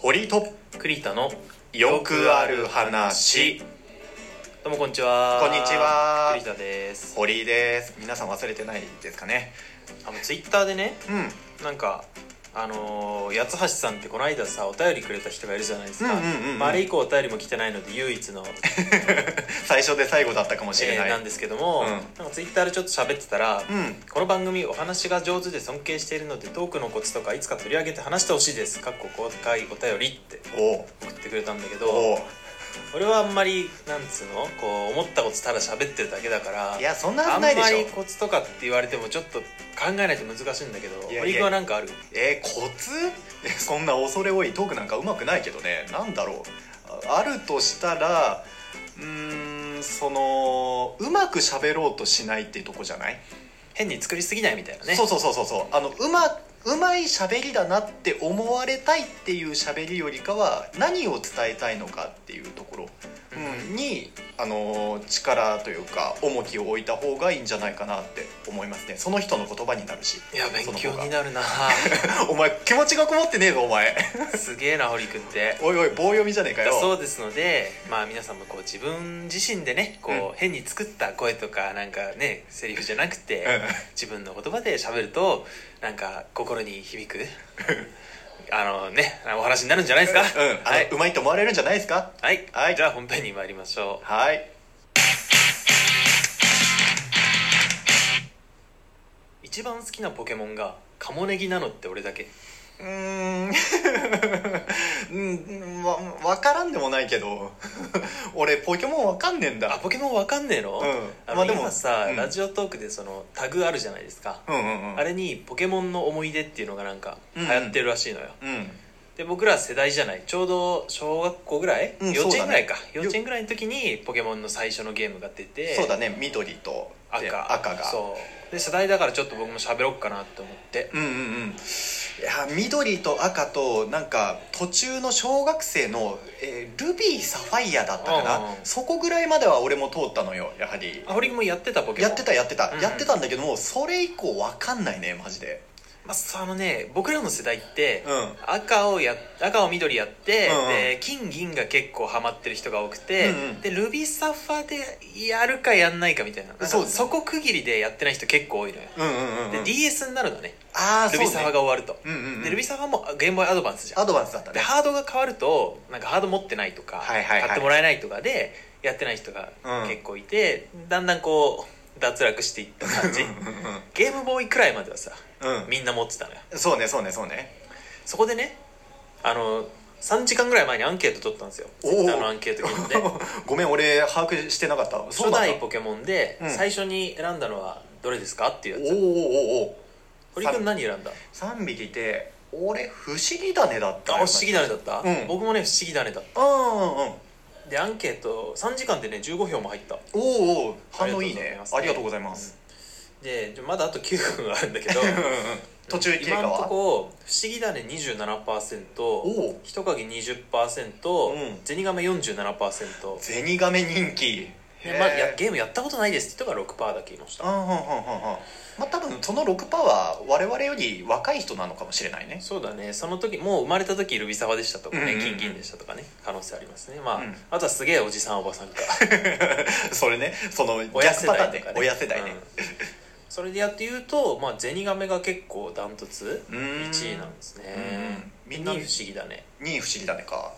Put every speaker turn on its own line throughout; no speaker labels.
堀と
栗田の
よくある話
どうもこんにちは
こんにちは
栗田です
堀です皆さん忘れてないですかね
あのツイッターでね
うん
なんかあのー、八橋さんってこの間さお便りくれた人がいるじゃないですか、
うんうんうんうん
まあ、あれ以降お便りも来てないので唯一の、
最初で最後だったかもしれ
え
な
ー
い、
なんですけども、
うん
なんかツイッターでちょっと喋ってたら、
うん
この番組お話が上手で尊敬しているのでトークのコツとかいつか取り上げて話してほしいですかっこ公開お便りって
おう
送ってくれたんだけ
お
ど
う
俺はあんまりなんつうのこう思ったことただ喋ってるだけだから
いやそんなは
あ
ず
ん
な
ま
いでし
り
ょ
コツとかって言われてもちょっと考えないと難しいんだけど
いや
堀君はなんかある
えー、コツ そんな恐れ多いトークなんかうまくないけどねなんだろうああるとしたらうーんそのうまく喋ろうとしないっていうとこじゃない
変に作りすぎないみたいなね
そうそうそうそうそうあのうまうまい喋りだなって思われたいっていう喋りよりかは何を伝えたいのかっていうところ、
うん
うんにあのー力というか重きを置いた方がいいんじゃないかなって思いますねその人の言葉になるし
いや勉強に
る
なるな
お前気持ちがこもってねえぞお前
すげえな堀君って
おいおい棒読みじゃねえか
だ
よ
そうですのでまあ皆さんもこう自分自身でねこう、変に作った声とかなんかねセリフじゃなくて、
うん
自分の言葉で喋るとなんか心に響くあのねお話になるんじゃないですか、
うんあの、
はい、
うまいと思われるんじゃないですか
はい
はい
じゃあ本編に参りましょう
はい
一番好きなポケモンがカモネギなのって俺だけ
うーんうんわ分からんでもないけど 俺ポケモンわかんねえんだ
あポケモンわかんねえの,、
うん
あの
まあでも
今さ、
うん
ラジオトークでそのタグあるじゃないですか、
うんうんうん
あれにポケモンの思い出っていうのがなんか
う
流
んうん
行ってるらしいのよ、
うん
で僕ら世代じゃないちょうど小学校ぐらい、
うん
幼稚園ぐらいか、
そうだね
幼稚園ぐらいの時にポケモンの最初のゲームが出て
そうだね緑とで
赤
赤が
そうで世代だからちょっと僕も喋ろうかなって思って、
うんうんうんいや緑と赤となんか途中の小学生の、えールビーサファイアだったかな、
うんうん
そこぐらいまでは俺も通ったのよやはり
あ堀君もやってたポケモン
やってたやってた、
うんうん
やってたんだけどもそれ以降わかんないねマジで
まあ、そのね僕らの世代って、
うん
赤をや赤を緑やって、
うんうん
で金銀が結構ハマってる人が多く
う
て、
んうん
でルビーサファでやるかやんないかみたいななんか
そうです
そこ区切りでやってない人結構多いのよ、
うんうんうん、うん、
で DS になるのね
ああ
ルビーサファが終わると、
うんうんうん
でルビーサファもあゲームボーイアドバンスじゃん
アドバンスだった
で
ね
ハードが変わるとなんかハード持ってないとか、
はいはいはい
買ってもらえないとかでやってない人が結構いて、だんだんこう脱落していった感じ
う
ゲームボーイくらいまではさ
んうん
みんな持ってたのよ
そうねそうねそうね
そこでねあの3時間ぐらい前にアンケート取ったんですよ
おお
Twitter のアンケートゲームで
ごめん俺把握してなかったそ
初
うなんだ
代ポケモンで
うん
最初に選んだのはどれですかっていう
お
や
お
つ
おおお
堀君何選んだ
3匹いて俺不思議だねだった
あお不思議
だ
だねだった、
うん
僕もね不思議だねだっ
うんうんうん
たでアンケート3時間でね15票も入った
おおおお反応いいねありがとうございます、、
うんでじゃあまだあと9分あるんだけど
途中経過
今のと
は
こ不思議だね27%
おお
人影20%、
うん
ゼニガメ47%
ゼニガメ人気
でまあ、や
へえ
ゲームやったことないですって人が6%だけいまし
う
た
んうんうんうんうんまあ多分その6%は我々より若い人なのかもしれないね
そうだねその時もう生まれた時ルビサワでしたとかね、
うんうんうん
金銀でしたとかね可能性ありますねまあ、
うん
あとはすげえおじさんおばさんか
それねその
親
逆
世
パタ
代
ーン
と
ね
かね
親世代ね
うんそれでやって言うと、まあ、ゼニガメが結構ダントツ
うーん
1位なんですね
うんみ
み
ん
ん
な
な不思議だね
に不思議だねか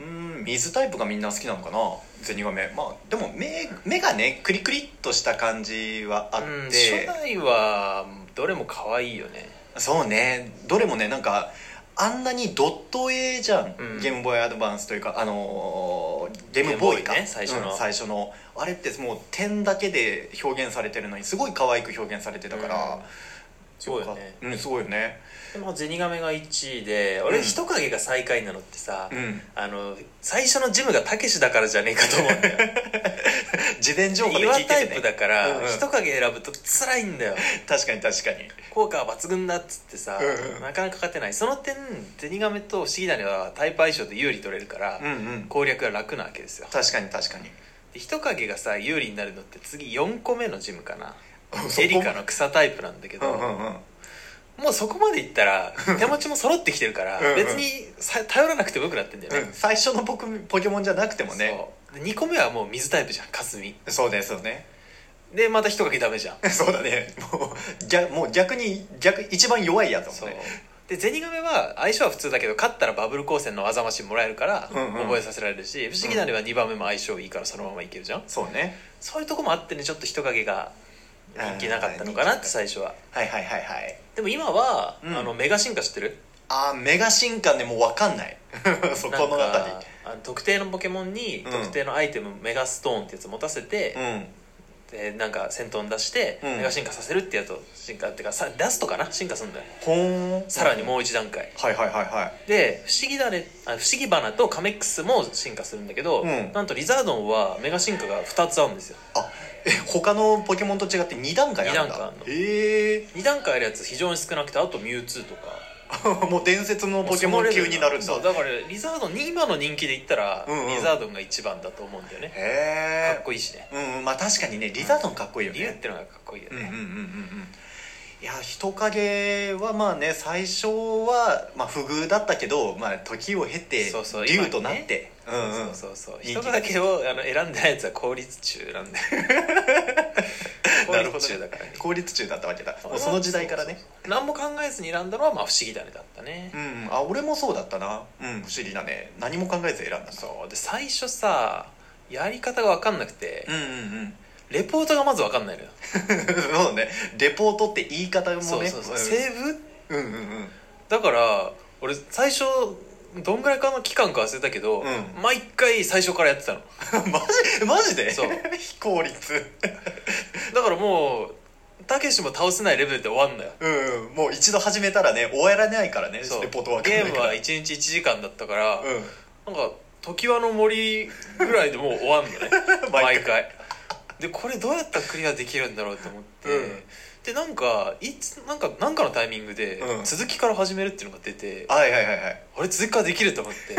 うーん水タイプがみんな好きなのかなゼニガメまあでも目目がねクリクリっとした感じはあっ
うん初
て、
代はどれも可愛いよね
そうねどれもねなんかあんなにドット絵じゃん、
うん
ゲームボーイアドバンスというかあのーゲームボーイか
ゲームボーイね最初の
うん最初のあれってもう点だけで表現されてるのにすごい可愛く表現されてたから、
うんそうよね
うんすごいよね
でもゼニガメが1位で
う
俺
ん
人影が最下位なのってさ、
うん
あの最初のジムがたけしだからじゃねえかと思うんだよ
事前情報で
岩
聞いて
タ
て、
イ
ね、
プだから、
うんうん
人影選ぶと辛いんだよ
確かに確かに
効果は抜群だっつってさ、
うんうん
なかなか勝てないその点ゼニガメと不思議ダネはタイプ相性で有利取れるから、
うんうん
攻略が楽なわけですよ
確かに確かに
で人影がさ有利になるのって次4個目のジムかな
そこ
エリカの草タイプなんだけど、
うんうんうん
もうそこまでいったら手持ちも揃ってきてるから
うんうん
別にさ頼らなくてもよくなってんだよね、
うん最初のポケポケモンじゃなくてもね
そうで2個目はもう水タイプじゃんかすみ
そうですよね
でまた一かけダメじゃん
そうだねもう逆もう逆に逆一番弱いやつだ
そ
も
うん
ね
でゼニガメは相性は普通だけど勝ったらバブル光線のあざましもらえるから
うんうん
覚えさせられるし、不思議なれば2番目も相性いいからそのままいけるじゃん
そうね
そういうとこもあってねちょっと人影が人気なかったのかなって最初は
はいはいはいはい
でも今は、
うん
あのメガ進化知ってる
あーメガ進化ねもう分かんない そこの
なん
あた
かあの特定のポケモンに
うん
特定のアイテム、メガストーンってやつ持たせて、
りうん
でなんか先頭に出して、
うん
メガ進化させるってやつを進化っていうかさラストかな進化するんだよ
ほーん
さらにもう一段階
はいはいはいはい
で不思議だねあ不思議花とカメックスも進化するんだけど、
うん
なんとリザードンはメガ進化が2つあるんですよ
あえ他のポケモンと違って2段階あるん
二段階あ
だ
んの
へえ
2段階あるやつ非常に少なくてあとミュウツーとか
ー、 もう伝説のポケモン級になるんだ
そうだからリザードンに今の人気で言ったら、
うんうん
リザードンが一番だと思うんだよねかっ
へえ
こいいしね
うんうんまあ確かにねリザードンかっこいいよ
理由っ
ね
てのがかっこいいよ
うん
ね、
うんうんうんうんいや人影はまあね最初は、まあ、不遇だったけど、まあ、時を経て
そうそう
竜となってう
そ
んうん
うそうそう
人
人
気
だけをあの選んでないやつは効率中なんで 効
なるほどね
率中だからね
効率中だったわけだもうその時代からね
そうそうそう何も考えずに選んだのはまあ不思議だねだったね、
うんあ俺もそうだったなうん不思議だね何も考えず選んだな
そうで最初さやり方が分かんなくて、
うんうんうん
レポートがまず分かんないのよ、
そうねレポートって言い方もね
そうそうそう、
ん
セーブ
うんうんうん
だから俺最初どんぐらいかの期間か忘れたけど、
うん
毎回最初からやってたの
マジマジで
そう
非効率
だからもうたけしも倒せないレベルで終わんのよ
うんうんもう一度始めたらね終わらないからね
そう
レポートは
ゲームは1日1時間だったから、
うん
なんか常盤の森ぐらいでもう終わんのね毎
毎
回でこれどうやったらクリアできるんだろうと思って、
うん
でなんかいつなんかなんかのタイミングで、
うん
続きから始めるっていうのが出てあ
はいはいはいはい
れ続きからできると 思って、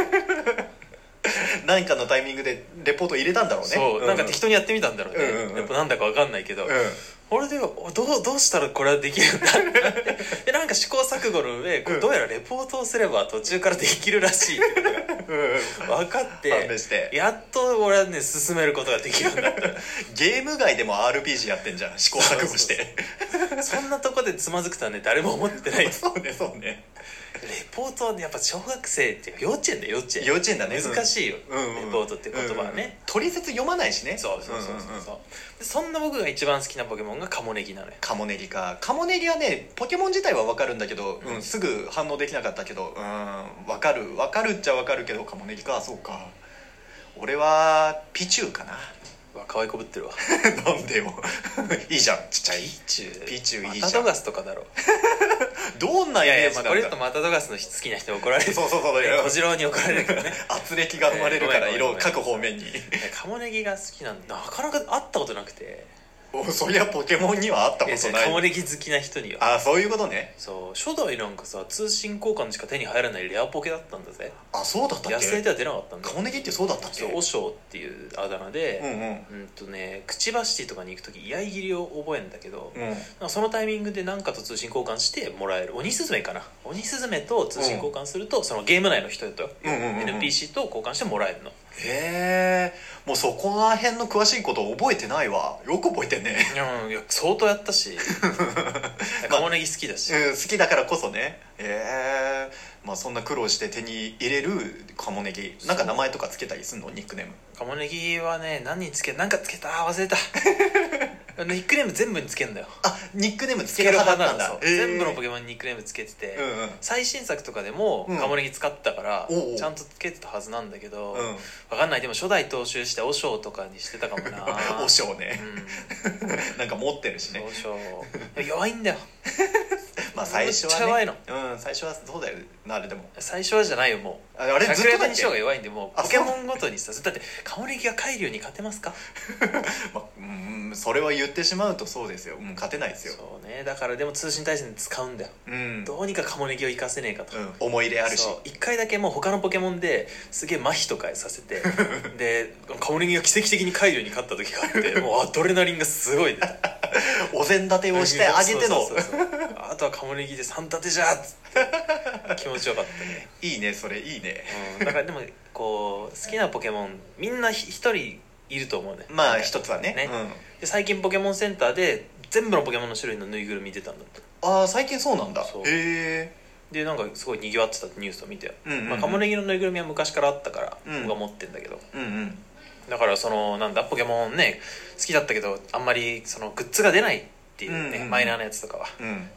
何かのタイミングでレポート入れたんだろうね
そう、なんか適当にやってみたんだろうね、
うんうんうん
やっぱなんだかわかんないけど、
うんうん
俺ではおどうどうしたらこれはできるんだって なってでなんか試行錯誤の上こ
うん
れどうやらレポートをすれば途中からできるらしいっていうの
うん
が分かっ
判
て
明して
やっと俺はね進めることができるんだった
ゲーム外でも RPG やってんじゃん試行錯誤して
そんなとこでつまずくとはね誰も思ってないレ
そうねそうね
ポートはねやっぱ小学生っていうか幼稚園だよ幼稚園
幼稚園だね
難
い
しいよ、レポートって言葉はね、
取説読まないしね
そうそうそうそう,、
んんん
そうでそんな僕が一番好きなポケモンがカモネギなのよ
カモネリかカモネリはねポケモン自体は分かるんだけど、うん
うん
すぐ反応できなかったけどうん分かる分かるっちゃ分かるけどカモネリかそうか俺はピチューかな
うわ可愛いこぶってるわ
なんでよ いいじゃんちっちゃい
ピチュー
ピチューいいじゃん
マタドガスとかだろ
どんないイ
やい
メー
や
ジ
ま
なんだ
あこれだとマタドガスの好きな人に怒られる
そうそうそう
小次郎に怒られるけどね
圧力が生まれるから
えー
色
ごめんごめんごめん
各方面に
カモネギが好きなんでなかなか会ったことなくて
おそりゃポケモンにはあった
い
こ
や
と
違う
な
カモ
い
ネギ好きな人には
あそういうことね
そう初代なんかさ通信交換しか手に入らないレアポケだったんだぜ
あそうだったっ
野生
け
では出なかったんだ
カモネリってそうだったっけ
そう和尚っていうあだ名
うん
で、
うん
うんとねくちばしティとかに行く時居合切りを覚えるんだけど、
うん
なんかそのタイミングで何かと通信交換してもらえる鬼スズメかな鬼スズメと通信交換すると、そのゲーム内の人と、
うんうんうんうん
NPC と交換してもらえるの
へえもうそこら辺の詳しいこと覚えてないわよく覚えてんね
うんいや相当やっ たしカモネギ好きだし、
うん、好きだからこそねええまあそんな苦労して手に入れるカモネギなんか名前とかつけたりすんのニックネーム
カモネギはね何につけ何かつけたあー忘 れたニックネーム全部につけんだよ
あニックネームつける派だったんだ
そう全部のポ
ケ
ケモンにニックネームつけてて、
うんうん
最新作とかでも
うん
カモネギ使ったから、
おうおう
ちゃんとつけてたはずなんだけど、
うん
わかんないでも初代踏襲して和尚とかにしてたかも な
おしょう
う
ね
ん
なんか持ってるしね
そうそう弱いんだよ
まあ最初
めっちゃ
は
弱い
ね
の
うん最初はそうだよなあれでも
最初はじゃないよもう
ああれずっと
桜山
だっ
に
け
しようが弱いんでもう
あ
ポケモンごとにさだってカモネギが海流に勝てますか
まあうんうんそれは言ってしまうとそうですよ、うん、勝てないですよ
そうねだからでも通信対戦で使うんだよ、
うん、
どうにかカモネギを生かせねえかと、
うん、思い入れあるし
そう一回だけもう他のポケモンですげえ麻痺とかさ せてでカモネギが奇跡的に海流に勝った時があってもうアドレナリンがすごい出た
お膳立てをしてあげての
そうそうそうそうあとはカモネギで三立てじゃっつって気持ちよかったね、
いいねそれいいね
うん、だからでもこう好きなポケモンみんなひ一人いると思うね
ま
な
あ
んか
一つはね
ね
うん
で最近ポケモンセンターで全部のポケモンの種類のぬいぐるみ出たんだって
ああ最近そうなんだへ
そう
え
でなんかすごいにぎわってたってニュースを見て、
うんうんうん
まあ、カモネギのぬいぐるみは昔からあったから、
うん
僕は持ってんだけど
うんうん
だからそのなんだポケモンね好きだったけどあんまりそのグッズが出ないっていうね、
うんうんうん
マイナーなやつとかは
うん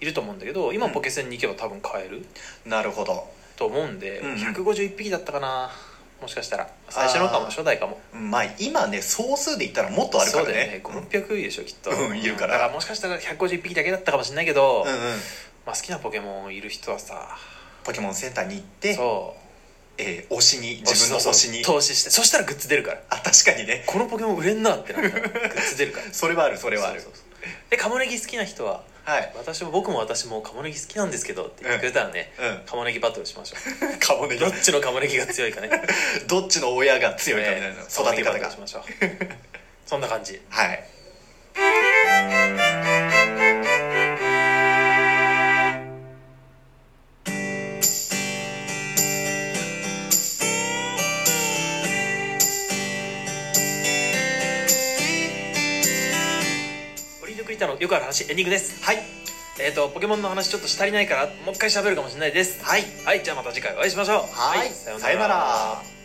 いると思うんだけど今ポケセンに行けば多分買える
なるほど
と思うんで、
うんうん
151匹だったかなもしかしたら最初のかも
あー
初代かも
まあ今ね総数で言ったらもっとあるから
そうだよ
ね
ね5600いるでしょきっと、
うんいるから
だからもしかしたら151匹だけだったかもしれないけど、
うんうん
まあ、好きなポケモンいる人はさ
ポケモンセンターに行って、
そう
えー推しに自分の推しに
投資してそしたらグッズ出るから
あ確かにね
このポケモン売れんなってなったらグッズ出るから
それはあるそ
こ
れはある
でカモネギ好きな人は
はい
私も僕も私もカモネギ好きなんですけどって言ってくれたらね、
うん
カモネギバトルしましょ
カモネ
う
ギ
どっちのカモネギが強いかね
どっちの親が 強いかみたいな
ね
育て
カモネギ
方
バトル
が
しましょうそんな感じ
はい
オリードクリタのよくある話エンディングです
はい
えっ、とポケモンの話ちょっと足りないからもう一回喋るかもしれないです
はい
はいじゃあまた次回お会いしましょう
はいさよなら